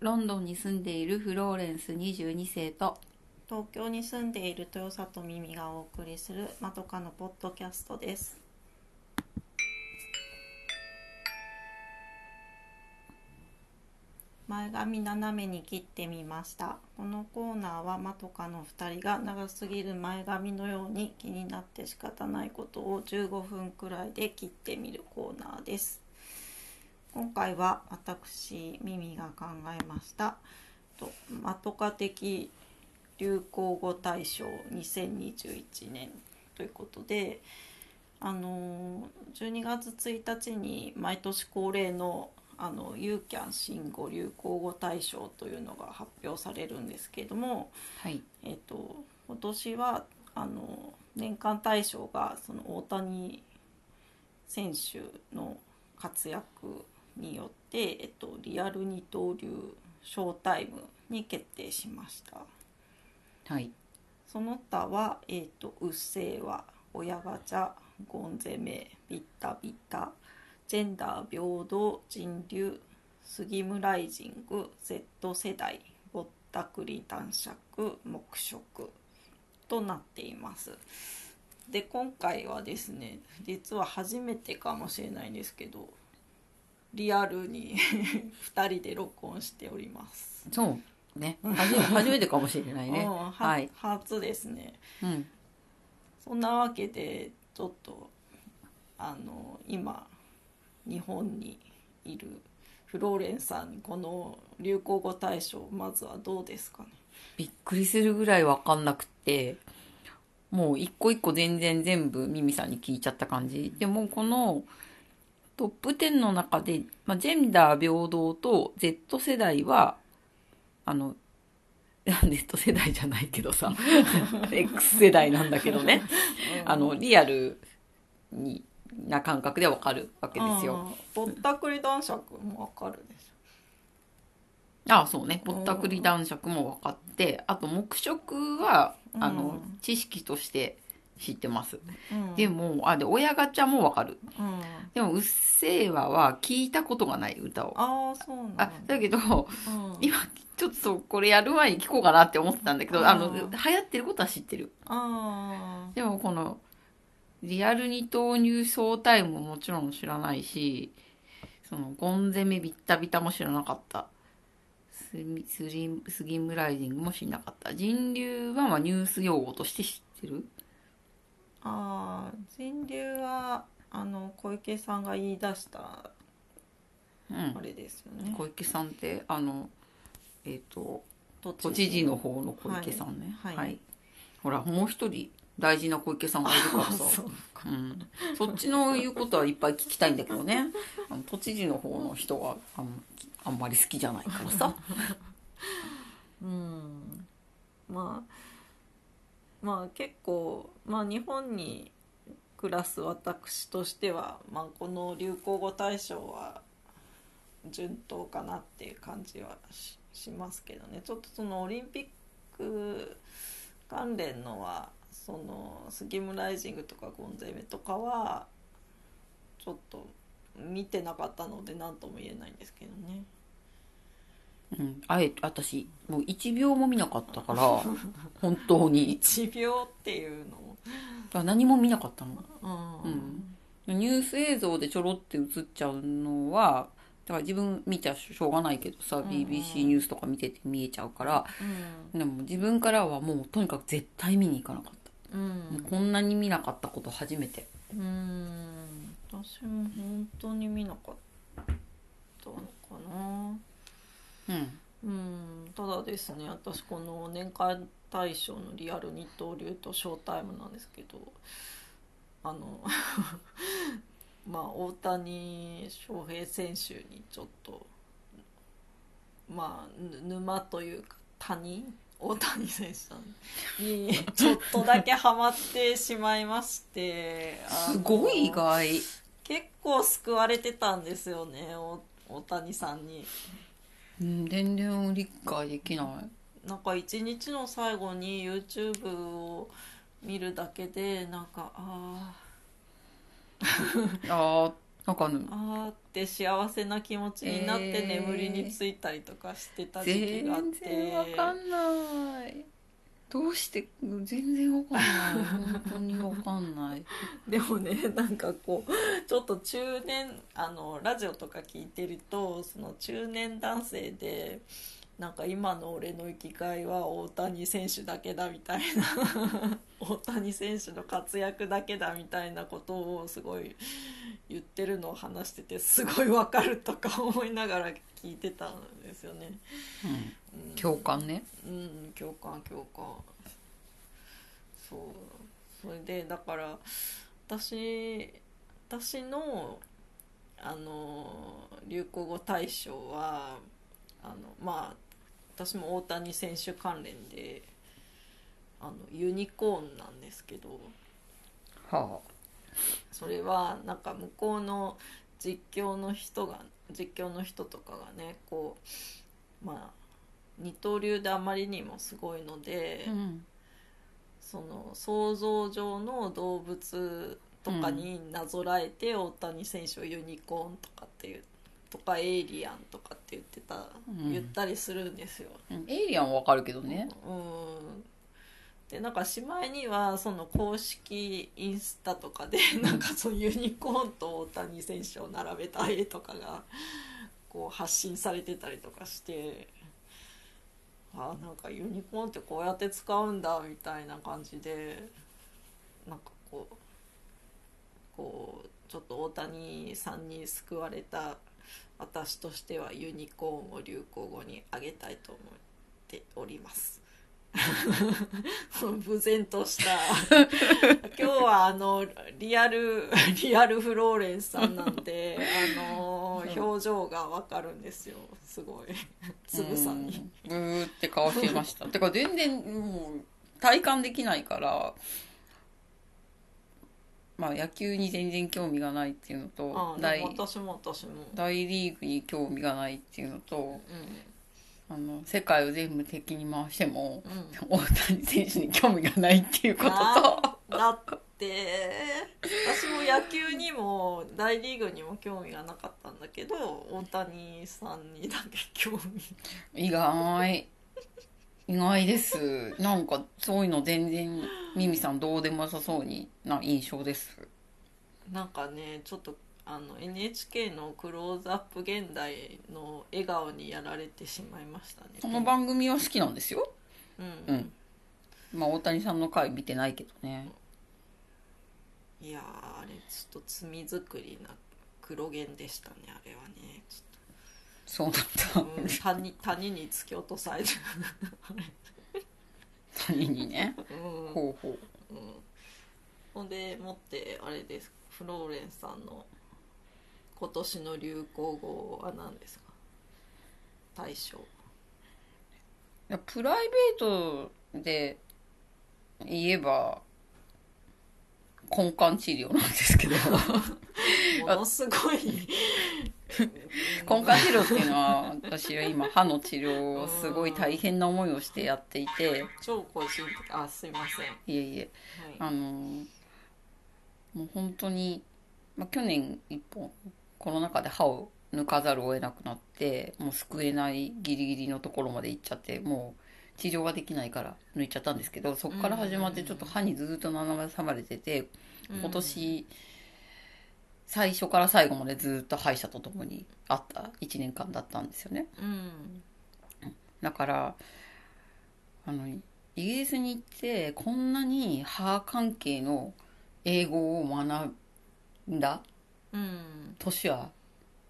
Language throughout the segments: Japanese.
ロンドンに住んでいるフローレンス22世と東京に住んでいる豊里耳がお送りするまとかのポッドキャストです前髪斜めに切ってみましたこのコーナーはまとかの2人が長すぎる前髪のように気になって仕方ないことを15分くらいで切ってみるコーナーです今回は私耳が考えましたとマトカ的流行語大賞2021年ということであの12月1日に毎年恒例のあのユーキャン新語・流行語大賞というのが発表されるんですけども、はいえっと今年はあの年間大賞がその大谷選手の活躍によって、えっと、リアル二刀流ショータイムに決定しました。はいその他は、えっ、と、うっせぇわ、親ガチャ、ゴン攻め、ビッタビッタ、ジェンダー平等、人流、スギムライジング、Z 世代、ぼったくり男爵、黙食となっています。で、今回はですね、実は初めてかもしれないんですけど、リアルに 2人で録音しております。そうね初 め初めてかもしれないねうんは、はい初ですね。うん、そんなわけでちょっとあの今日本にいるフローレンさんこの流行語大賞まずはどうですかねびっくりするぐらい分かんなくてもう一個一個全然全部ミミさんに聞いちゃった感じでもうこのトップ10の中で、まあ、ジェンダー平等と Z 世代はあの Z 世代じゃないけど さ X 世代なんだけどねあのリアルにな感覚でわかるわけですよ。ぼったくり男爵もわかるでしああそうねぼったくり男爵も分かってあと黙食はうんあの知識として知ってます。ょ、うんでもあで親ガチャも分かる。うんでも「うっせぇわ」は聞いたことがない歌を。ああそうなんだあだけどうん今ちょっとそうこれやる前に聞こうかなって思ってたんだけうどんあの流行ってることは知ってる。あでもこのリアルに投入総タイムももちろん知らないしそのゴン攻めビッタビタも知らなかったスミスリムスギムライジングも知らなかった人流はまあニュース用語として知ってるあああ人流はあの小池さんが言い出したうあんれですよね小池さんってあのえっ、と都都知事の方の小池さんねはいほらもう一人大事な小池さんがいるからあさ そううん、そっちの言うことはいっぱい聞きたいんだけどね あの都知事の方の人があんあんまり好きじゃないから さうんまあまあ結構、まあ、日本に暮らす私としては、まあ、この流行語大賞は順当かなっていう感じはししますけどねちょっとそのオリンピック関連のはそのスギムライジングとかゴン攻めとかはちょっと見てなかったので何とも言えないんですけどね。うん、あえて私もう1秒も見なかったから 本当に持病っていうのも、あ何も見なかったのううんニュース映像でちょろって映っちゃうのはだから自分見ちゃしょうがないけどさんうん BBC ニュースとか見てて見えちゃうからうでも自分からはもうとにかく絶対見に行かなかった、ん、こんなに見なかったこと初めてうん、私も本当に見なかったのかな。うんうん、ただですね、私この年間大賞のリアル二刀流とショータイムなんですけど、あの まあ大谷翔平選手にちょっとまあぬ沼というか谷大谷選手さんにちょっとだけハマってしまいましてあのすごい意外結構救われてたんですよねお大谷さんに。うん全然理解できないなんか一日の最後に YouTube を見るだけでなんかあ あーなんかあの、あーって幸せな気持ちになってえー眠りについたりとかしてた時期全があって然わかんない。どうして、全然わかんない。本当にわかんない。でもね なんかこうちょっと中年あのラジオとか聞いてるとその中年男性でなんか今の俺の生きがいは大谷選手だけだみたいな 大谷選手の活躍だけだみたいなことをすごい言ってるのを話しててすごいわかるとか思いながら聞いてたんですよね。うんうん共感ね。うん共感共感そうそれでだから私私のあの流行語大賞はあのまあ私も大谷選手関連であのユニコーンなんですけどはそれはなんか向こうの実況の人が実況の人とかがねこうまあ二刀流であまりにもすごいので、あ。うん。その想像上の動物とかになぞらえて大谷選手をユニコーンとかっていうとかエイリアンとかって言ってた、うん言ったりするんですよ。エイリアンはわかるけどね。うんでなんかしまいにはその公式インスタとかでなんかそうユニコーンと大谷選手を並べた絵とかがこう発信されてたりとかしてあーなんかユニコーンってこうやって使うんだみたいな感じでなんかこうこうちょっと大谷さんに救われた私としてはユニコーンを流行語にあげたいと思っており ます。無然とした今日はあのリアルリアルフローレンスさんなんであの表情がわかるんですよすごいつぶさに。うん。ブーって顔してました。 てか全然もう体感できないから、まあ野球に全然興味がないっていうのあと、あで大も私も私も、大リーグに興味がないっていうのと、うあの、世界を全部敵に回しても、んうん、大谷選手に興味がないっていうことと、あーだって私も野球にも大リーグにも興味がなかったんだけど大谷さんにだけ興味意外。意外です。なんか、そういうの全然、ミミさんどうでもよさそうにな印象です。なんかねちょっとあの NHK の「クローズアップ現代」の笑顔にやられてしまいましたねこの番組は好きなんですよ。うん、うんまあ、大谷さんの回見てないけどね。いやーあれちょっと罪作りな黒源でしたねあれはねちそうだっょた っ。と、うん、谷谷に突き落とされて他人にね。うんほうほう。うん、ほんでもってあれですフローレンスさんの今年の流行語は何ですか大賞いやプライベートで言えば、根幹治療なんですけど、ものす ごい根幹治療っていうのは、私は今、歯の治療をすごい大変な思いをしてやっていて、超個人的あすいません、いえいえ、はあい、のーもう本当に、まあ、去年一本コロナ禍で歯を抜かざるを得なくなってもう救えないギリギリのところまで行っちゃってもう治療ができないから抜いちゃったんですけどそこから始まってちょっと歯にずっと斜め挟まれてて今年最初から最後までずっと歯医者と共にあった1年間だったんですよね。うんだからあのイギリスに行ってこんなに歯関係の英語を学んだうん年は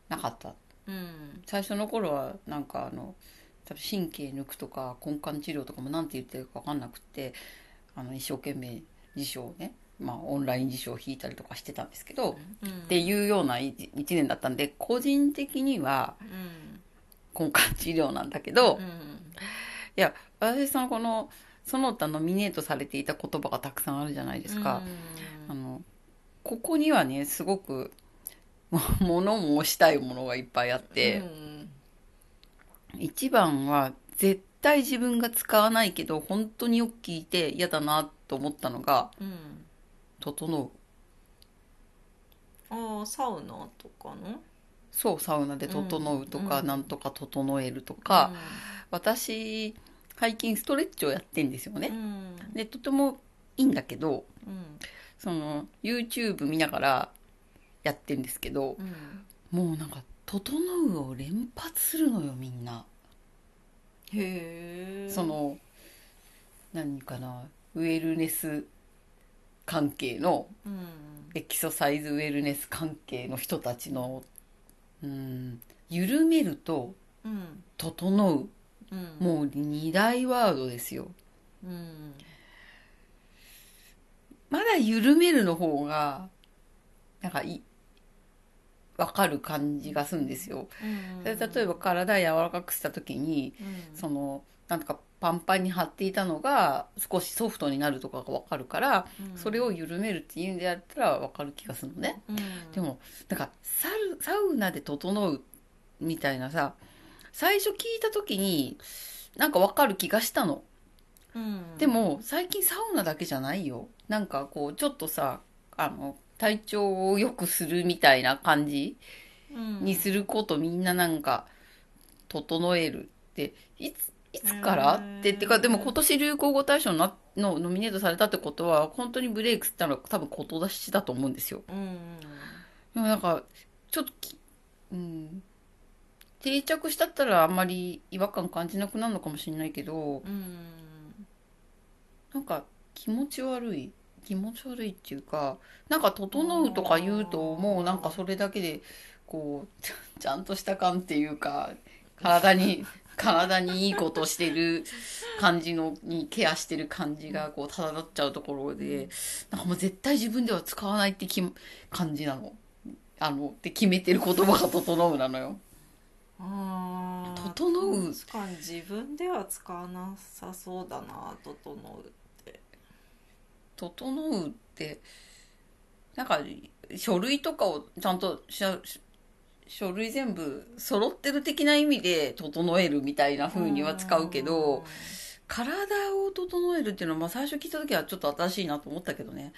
なかったうん最初の頃はなんかあの多分神経抜くとか根幹治療とかもなんて言ってるか分かんなくってあの一生懸命辞書をね、まあ、オンライン辞書を引いたりとかしてたんですけど、うんっていうような1年だったんで個人的にはうん根幹治療なんだけど、うんいや、私さんこの、その他ノミネートされていた言葉がたくさんあるじゃないですか。あの、ここにはね、すごく、も物申したいものがいっぱいあっうて、ん一番は、絶対自分が使わないけど、本当によく聞いて嫌だなと思ったのが、うん整う。ああサウナとかのそう、サウナで整うとか、うんなんとか整えるとか、私、最近ストレッチをやってんですようんね。で、とてもいいんだけど、うんその、YouTube 見ながらやってんですけど、うんもうなんか、整うを連発するのよ、みんな。へえその、何かな、ウェルネス関係の、うんエキソサイズウェルネス関係の人たちの、うん、緩めると、うん整う。うんもう二大ワードですよ。うんまだ緩めるの方が、なんかい、わかる感じがするんですよ。うんで例えば体柔らかくした時に、うんその、なんとかパンパンに張っていたのが少しソフトになるとかがわかるから、うんそれを緩めるっていうんであったらわかる気がするのね。うんでも、なんかサル、サウナで整うみたいなさ、最初聞いた時に、なんかわかる気がしたの。うんでも最近サウナだけじゃないよなんかこうちょっとさあの体調を良くするみたいな感じうんにすることみんななんか整えるっていついつからへーってってかでも今年流行語大賞なのノミネートされたってことは本当にブレイクしたのは多分今年だと思うんですようんでもなんかちょっときうん定着したったらあんまり違和感感じなくなるのかもしれないけどうんなんか気持ち悪い気持ち悪いっていうかなんか整うとか言うとあーもうなんかそれだけでこうちゃちゃん とした感っていうか体 に体にいいことしてる感じのにケアしてる感じがこう漂っちゃうところでなんかもう絶対自分では使わないってき感じなの。あのって決めてる言葉が整うなのよ。あー整う確かに自分では使わなさそうだな整う整うってなんか書類とかをちゃんとしゃし書類全部揃ってる的な意味で整えるみたいな風には使うけど体を整えるっていうのは、まあ、最初聞いた時はちょっと新しいなと思ったけどね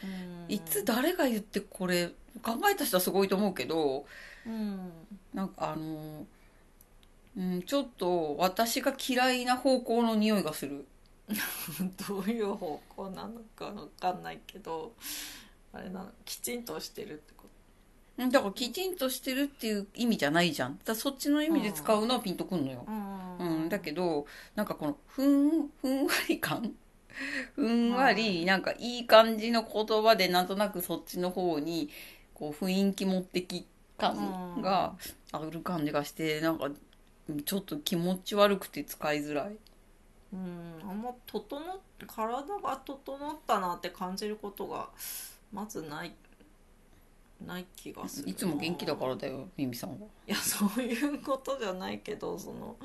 うんいつ誰が言ってこれ考えた人はすごいと思うけどうん なんかあの、うん、ちょっと私が嫌いな方向の匂いがする。どういう方向なのかわかんないけどあれなのきちんとしてるってこうんだからきちんとしてるっていう意味じゃないじゃん。だからそっちの意味で使うのはピンとくんのよ。とうんうん、だけど、なんかこの、ふん、ふんわり感 ふんわり、なんかいい感じの言葉でなんとなくそっちの方に、こう雰囲気持ってき感がある感じがして、なんか、ちょっと気持ち悪くて使いづらい。うんあんま整っ体が整ったなって感じることがまずないない気がするないつも元気だからだよ、ミミさんは。いやそういうことじゃないけどその、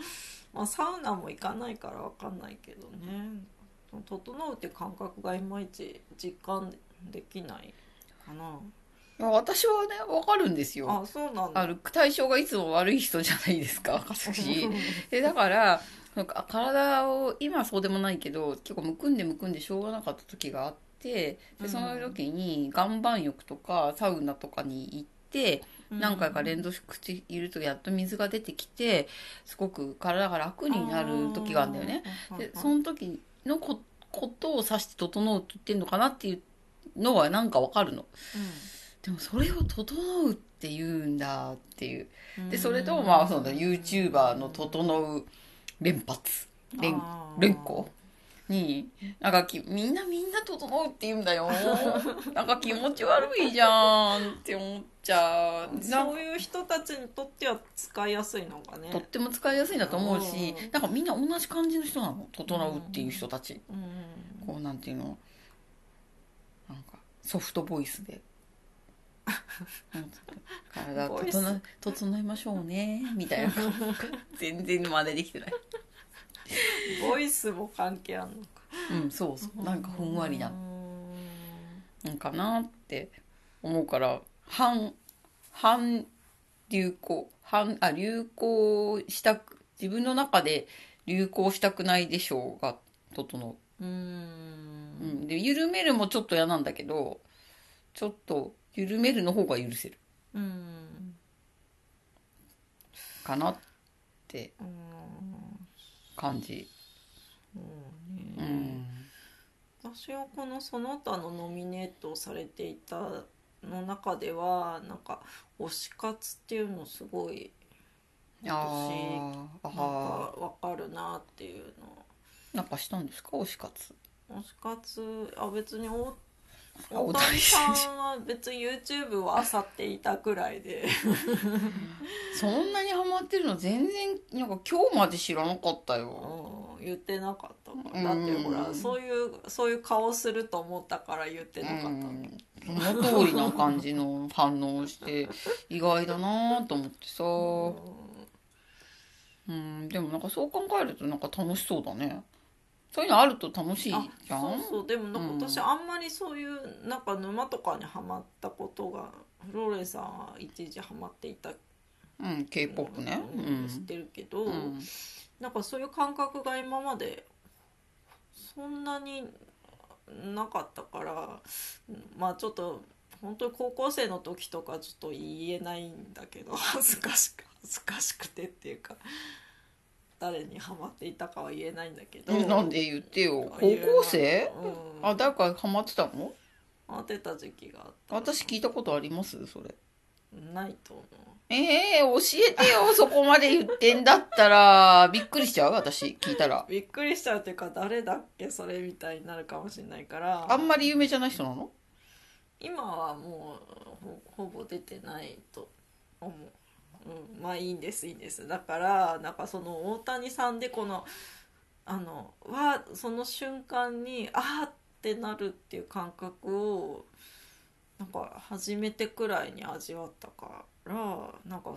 まあ、サウナも行かないからわかんないけどね整うって感覚がいまいち実感できないかないや私はね、わかるんですよ。あそうなんだある、対象がいつも悪い人じゃないですか、赤 崎。でだからなんか体を今はそうでもないけど結構むくんでむくんでしょうがなかった時があってうでんその時に岩盤浴とかサウナとかに行って何回か連続しているとやっと水が出てきてすごく体が楽になる時があるんだよね。あー。でうその時のこことを指して「整う」って言ってんのかなっていうのはなんかわかるの。でもそれを「整う」って言うんだっていう。んでそれとまあその YouTuber の「整う」連発連あー連呼になんかきみんなみんな「整う」って言うんだよ なんか気持ち悪いじゃんって思っちゃうなんそうかいう人たちにとっては使いやすいのかねとっても使いやすいなと思うしうんなんかみんな同じ感じの人なの「整う」っていう人たちうんこうなんていうのなんかソフトボイス でうん体ボイス整え整えましょうねみ たいな全然真似できてないボイスも関係あるのかうん、そうそう。なんかふんわりなう、んなんかなって思うから、反、反流行、反、あ、流行したく、自分の中で流行したくないでしょうが、整うう。うんん。で、緩めるもちょっと嫌なんだけど、ちょっと、緩めるの方が許せる。うんかなってうん感じ。そううね、ん。私はこのその他のノミネートされていたの中ではなんか推し活っていうのすごいあーなんあかわかるなっていうのー。なんかしたんですか推し活。推し活あ別におあ大谷さんは別に YouTube を漁っていたくらいでそんなにハマってるの全然、なんか今日まで知らなかったよ。うん言ってなかったもんうんだってほらそういうそういう顔すると思ったから言ってなかったのうんその通りな感じの反応をして、意外だなと思ってさ。うん、でもなんかそう考えるとなんか楽しそうだね。そういうのあると楽しいあじゃそんうそうでもなんか私うんあんまりそういうなんか沼とかにはまったことがフローレンさんは一時はまっていたうん、K-POP ね。ううん知っん。てるけど、うんなんかそういう感覚が今までそんなになかったからまあちょっと本当に高校生の時とかちょっと言えないんだけど 恥ずかしく恥ずかしくてっていうか誰にハマっていたかは言えないんだけどえなんで言ってよ。高言えない校生うん、あ、誰かハマってたの当てた時期があった私聞いたことありますそれ。ないと思うええ教えてよ、そこまで言ってんだったら、びっくりしちゃう私、聞いたら。びっくりしちゃうっていうか誰だっけそれみたいになるかもしれないからあんまり有名じゃない人なの今はもうほほぼ出てないと思う、うん、まあいいんですいいんですだからなんかその大谷さんでこのあのはその瞬間にあーってなるっていう感覚をなんか初めてくらいに味わったからなんか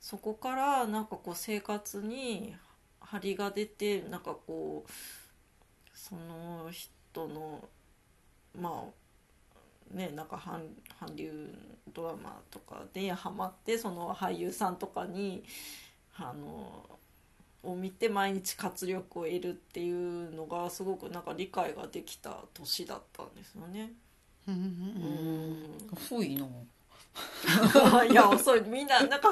そこからなんかこう生活に張りが出てなんかこうその人のまあね、なんか韓韓流ドラマとかでハマってその俳優さんとかにあのを見て毎日活力を得るっていうのがすごくなんか理解ができた年だったんですよね。うんううんうん。遅いな。ん いや遅いみんななんか、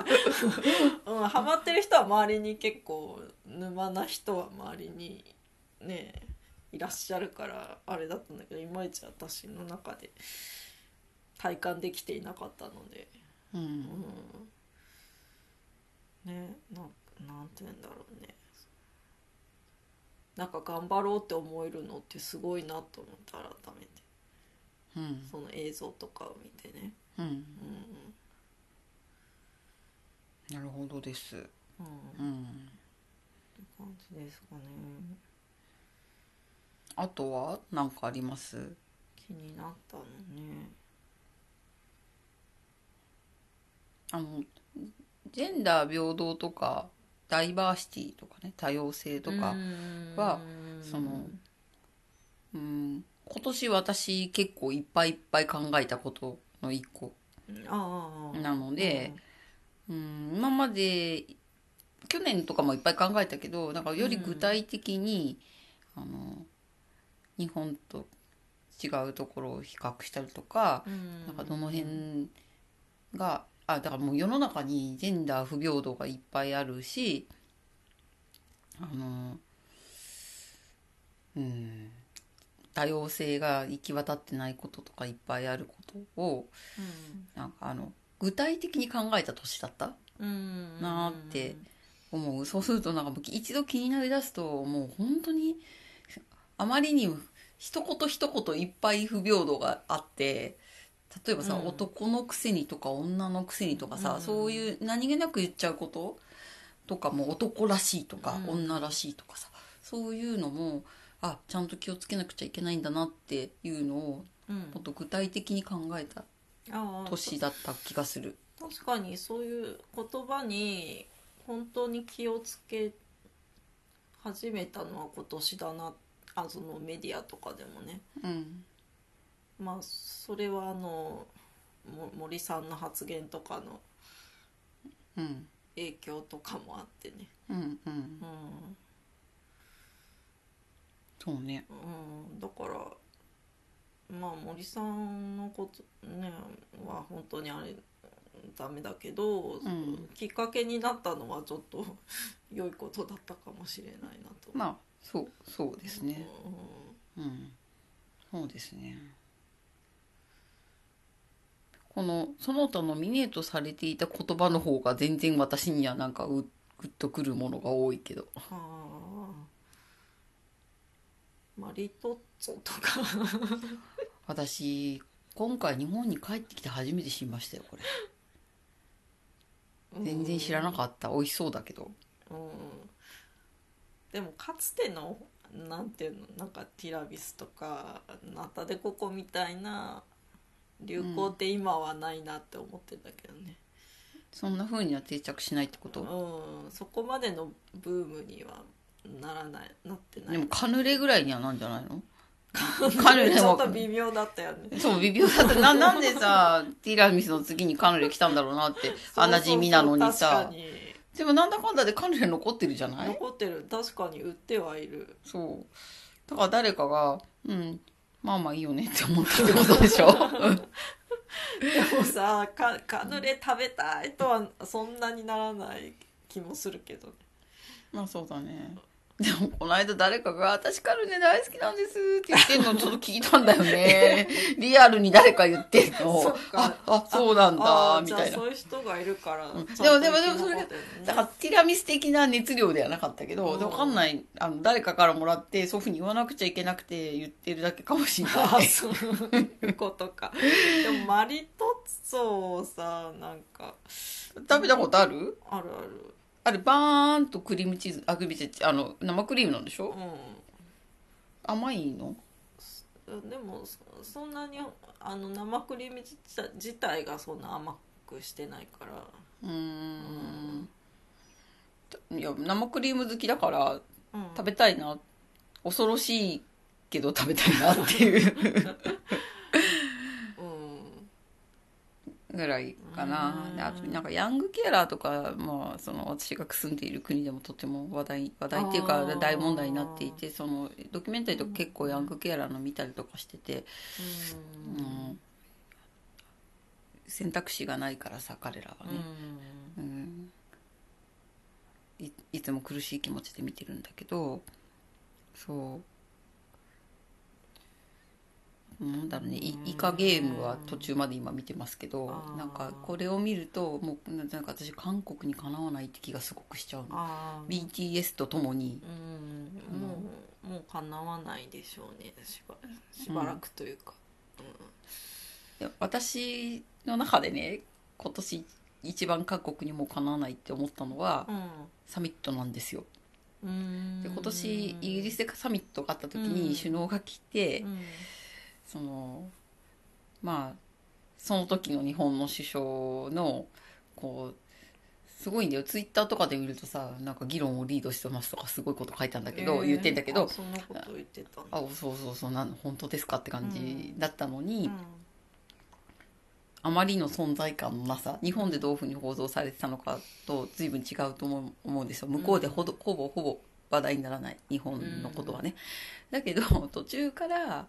うん、ハマってる人は周りに結構沼な人は周りにねいらっしゃるからあれだったんだけどいまいち私の中で体感できていなかったので。う。うんん、ねななんて言うんだろうねなんか頑張ろうって思えるのってすごいなと思った改めてうん。その映像とかを見てねうん。うんなるほどです。うんううんん。感じですかねあとは何かあります気になったのねあの、ジェンダー平等とか、ダイバーシティとかね、多様性とか、はそのうん、今年私結構いっぱいいっぱい考えたことの一個ああなので、うん、今まで去年とかもいっぱい考えたけどなんかより具体的に、あの日本と違うところを比較したりとか、うんなんかどの辺があだからもう世の中にジェンダー不平等がいっぱいあるしあのうん多様性が行き渡ってないこととかいっぱいあることをなんかあの具体的に考えた年だったうんうんなーって思うそうするとなんか僕一度気になりだすともう本当にあまりにも一言一言いっぱい不平等があって例えばさ、うん男のくせにとか女のくせにとかさ、うんそういう何気なく言っちゃうこととかも男らしいとか、うん女らしいとかさそういうのもあちゃんと気をつけなくちゃいけないんだなっていうのをうんもっと具体的に考えたああ年だった気がする。確かにそういう言葉に本当に気をつけ始めたのは今年だなあそのメディアとかでもねうん、まあそれはあのも森さんの発言とかのうん、影響とかもあってねうん、うんう、ん、そうね。うん、だからまあ森さんのことねは本当にあれダメだけど、んきっかけになったのはちょっと 良いことだったかもしれないなと。まあそうそうですねうんうんそうですねこのその他ノミネートされていた言葉の方が全然私にはなんかうグッとくるものが多いけどあーマリトッツォとか私今回日本に帰ってきて初めて知りましたよこれ全然知らなっかった美味しそうだけどた、うんでもかつてのなんていうのなんかティラビスとかナタデココみたいな流行って今はないなって思ってんだけどね、そんな風には定着しないってことうん、そこまでのブームにはならないなってないでもカヌレぐらいにはなんじゃないのカカヌヌレレちょもっと微妙だったよねそう微妙だったななんでさティラミスの次にカヌレ来たんだろうなってあんな地味なのにそうそうそう確さかにでもなんだかんだでカヌレ残ってるじゃない残ってる確かに売ってはいるそうだから誰かがうんまあまあいいよねって思ったってことで しょでもさカカヌレ食べたいとはそんなにならない気もするけどねまあそうだねでもこの間誰かが「私カルネ大好きなんです」って言ってんのちょっと聞いたんだよ ねリアルに誰か言ってんそのっかああそうなんだーみじゃたあいなそういう人がいるから、うんちゃんとでもでも生き残ってるのねだからティラミス的な熱量ではなかったけど、うんでわかんないあの誰かからもらってそういうふうに言わなくちゃいけなくて言ってるだけかもしれあ なあいそういうことかでもマリトッツォをさなんか食べたことあるあるあるあれバーンとクリームチーズあクリームチーズあの生クリームなんでしょうん甘いのでもそそんなにあの生クリーム自体自体がそんな甘くしてないからうーんいや生クリーム好きだからうん食べたいな恐ろしいけど食べたいなっていううんぐらいかなうんであとなんかヤングケアラーとか、まあ、その私が住んでいる国でもとても話題話題っていうあかー大問題になっていてそのドキュメンタリーとか結構ヤングケアラーの見たりとかしてて、うんうん選択肢がないからさ彼らはね、うんいいつも苦しい気持ちで見てるんだけどそうなんだろうねいイカゲームは途中まで今見てますけどあーなんかこれを見るともうななんか私韓国にかなわないって気がすごくしちゃうのああ BTS とともにうんもうもうかなわないでしょうねしばしばらくというか、いや私の中でね今年一番韓国にもかなわないって思ったのはうんサミットなんですようんで今年イギリスで、でサミットがあった時うんに首脳が来て、うんそのまあその時の日本の首相のこうすごいんだよツイッターとかで見るとさなんか議論をリードしてますとかすごいこと書いたんだけど、えー言ってんだけどあそんなこと言ってたんだあそうそうそうなん本当ですかって感じだったのに、あまりの存在感のなさ日本でどういうふうに報道されてたのかと随分違うと思う思うんですよ向こうでほど、ほぼほぼ話題にならない日本のことはね、だけど途中から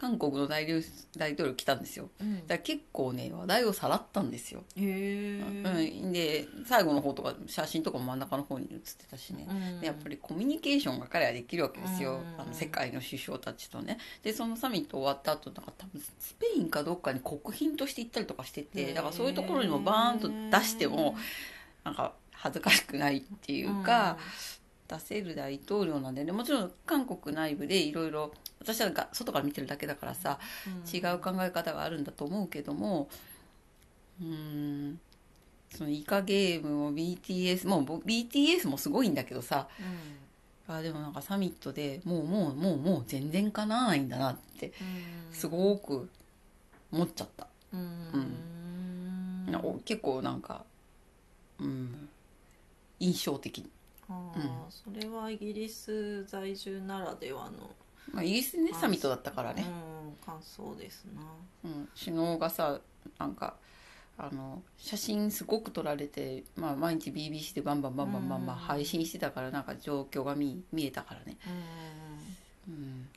韓国の大領大統領来たんですようんうんだから結構ね話題をさらったんですよ、へえうん、で最後の方とか写真とかも真ん中の方に写ってたしね、でやっぱりコミュニケーションが彼はできるわけですよ、うんあの世界の首相たちとねでそのサミット終わった後なんか多分スペインかどっかに国賓として行ったりとかしててだからそういうところにもバーンと出してもなんか恥ずかしくないってていうか、出せる大統領なんでねもちろん韓国内部でいろいろ私はが外から見てるだけだからさ違う考え方があるんだと思うけどもうーんそのイカゲームも BTS もうぼ BTS もすごいんだけどさうあでもなんかサミットでもうもうもうもう全然かなわないんだなってんすごく思っちゃった、うんなお結構なんかうん印象的、あーそれはイギリス在住ならではの、まあ、イギリスでねあサミットだったからうね、ん、感想ですなうん、首脳がさなんかあの写真すごく撮られて、まあ、毎日 BBC でバンバンバンバンバンバンうん配信してたからなんか状況が見見えたからね、うんうん、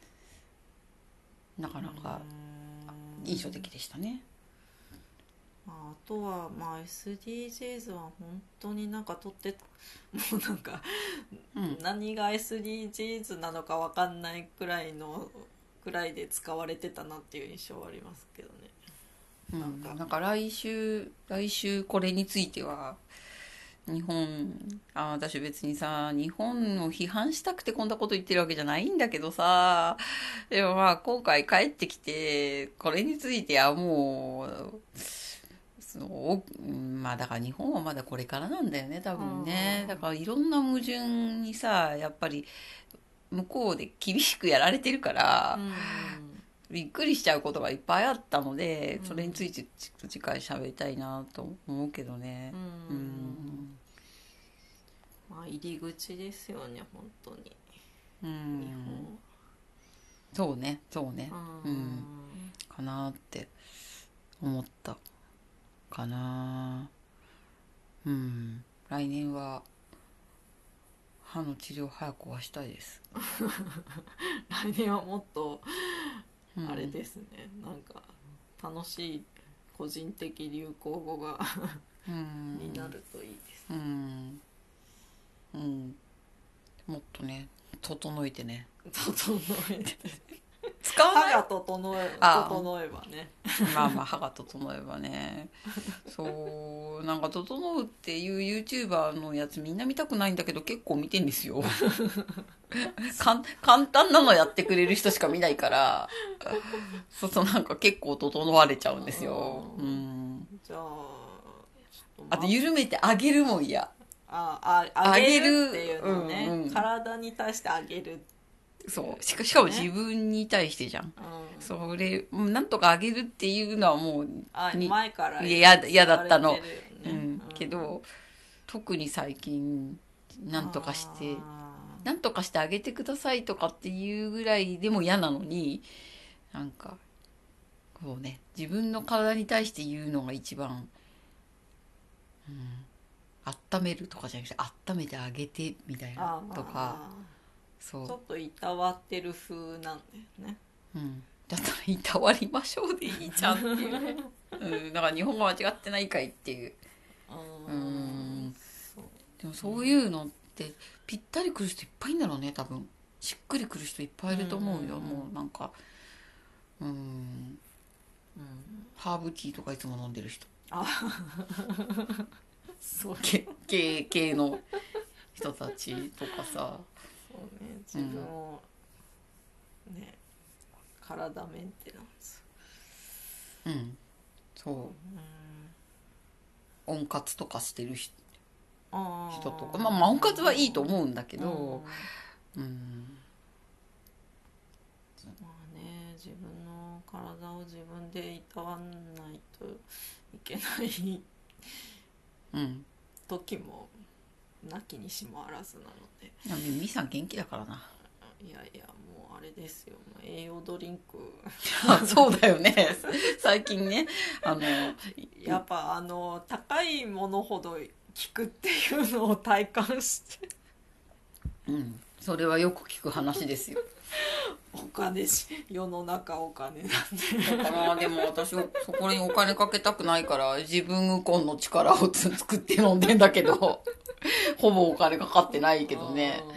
なかなかうん印象的でしたね。まあ、あとはまあ SDGs は本当になんか取って もうなんかうん。何が SDGs なのかわかんないくらいのくらいで使われてたなっていう印象はありますけどね。うんなんかなんか来週、来週これについては、日本、あ、私別にさ、日本を批判したくてこんなこと言ってるわけじゃないんだけどさ、でもまあ今回帰ってきて、これについてはもう、そのおうんまあだから日本はまだこれからなんだよね、多分うねん。だからいろんな矛盾にさ、やっぱり向こうで厳しくやられてるから、うびっくりしちゃうことがいっぱいあったので、うんそれについてちょっと次回喋りたいなと思うけどねん、う。うんん。まあ入り口ですよね本当にう日ん。そうね、そうね。本、うんかなーって思ったかなー。うん。来年は歯の治療早く終わしたいです。来年はもっとうんあれですね、なんか楽しい個人的流行語がうん。になるといいです、うん。うん。もっとね、整えてね。整えて使わ歯が整えあ整えばね まあまあ歯が整えばねそうなんか「整う」っていう YouTuber のやつみんな見たくないんだけど結構見てんです よかん簡単なのやってくれる人しか見ないからそうそうなんか結構整われちゃうんですようんじゃあちょっあまと緩めてあげるもん嫌あああげるっていうのあげね、るうんうん体に対してあげる、そうしかしかも自分に対してじゃんうん、それうんなんとかあげるっていうのはもうあに前からいや嫌だったの言われてるようねんけど特に最近なんとかしてあーなんとかしてあげてくださいとかっていうぐらいでも嫌なのになんかこうね自分の体に対して言うのが一番、うん、温めるとかじゃなくて温めてあげてみたいなあーとかそちょっといたわってる風なんだよねう、うん、だったらいたわりましょうでいいじゃんっていう ね、うん、だから日本語間違ってないかいっていうううんそうでもそういうのってぴったりくる人いっぱいいんだろうね多分しっくりくる人いっぱいいると思うよ、うんもうなんかうんうんハーブティーとかいつも飲んでる人あそう系系系の人たちとかさそうね自分を、ね体メンテナンスうんそううん温活とかしてる人あー人とかまあまあ温活はいいと思うんだけうんどうんまあね自分の体を自分でいたわんないといけないうん時もなきにしもあらずなのでいやみみさん元気だからな いやいやもうあれですよもう栄養ドリンクあそうだよね最近ねあのやっぱあの高いものほど効くっていうのを体感してうん、それはよく聞く話ですよ。お金し世の中お金なんでだからでも私はそこにお金かけたくないから自分無根の力をつ作って飲んでんだけ ど、ほぼお金かかってないけどね。うん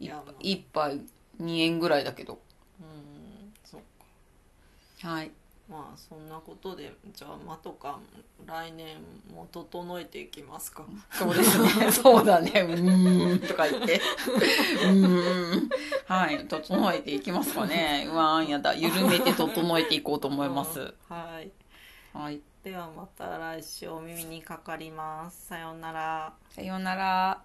い一や杯一杯2円ぐらいだけど。うんそっかはい。まあそんなことでじゃあまとか来年も整えていきますかそうですね。 そうだね。うーんとか言って。うーん。はい。整えていきますかね。うわーんやだ。緩めて整えていこうと思います。うんはいはい。ではまた来週お耳にかかりますさようならさようなら。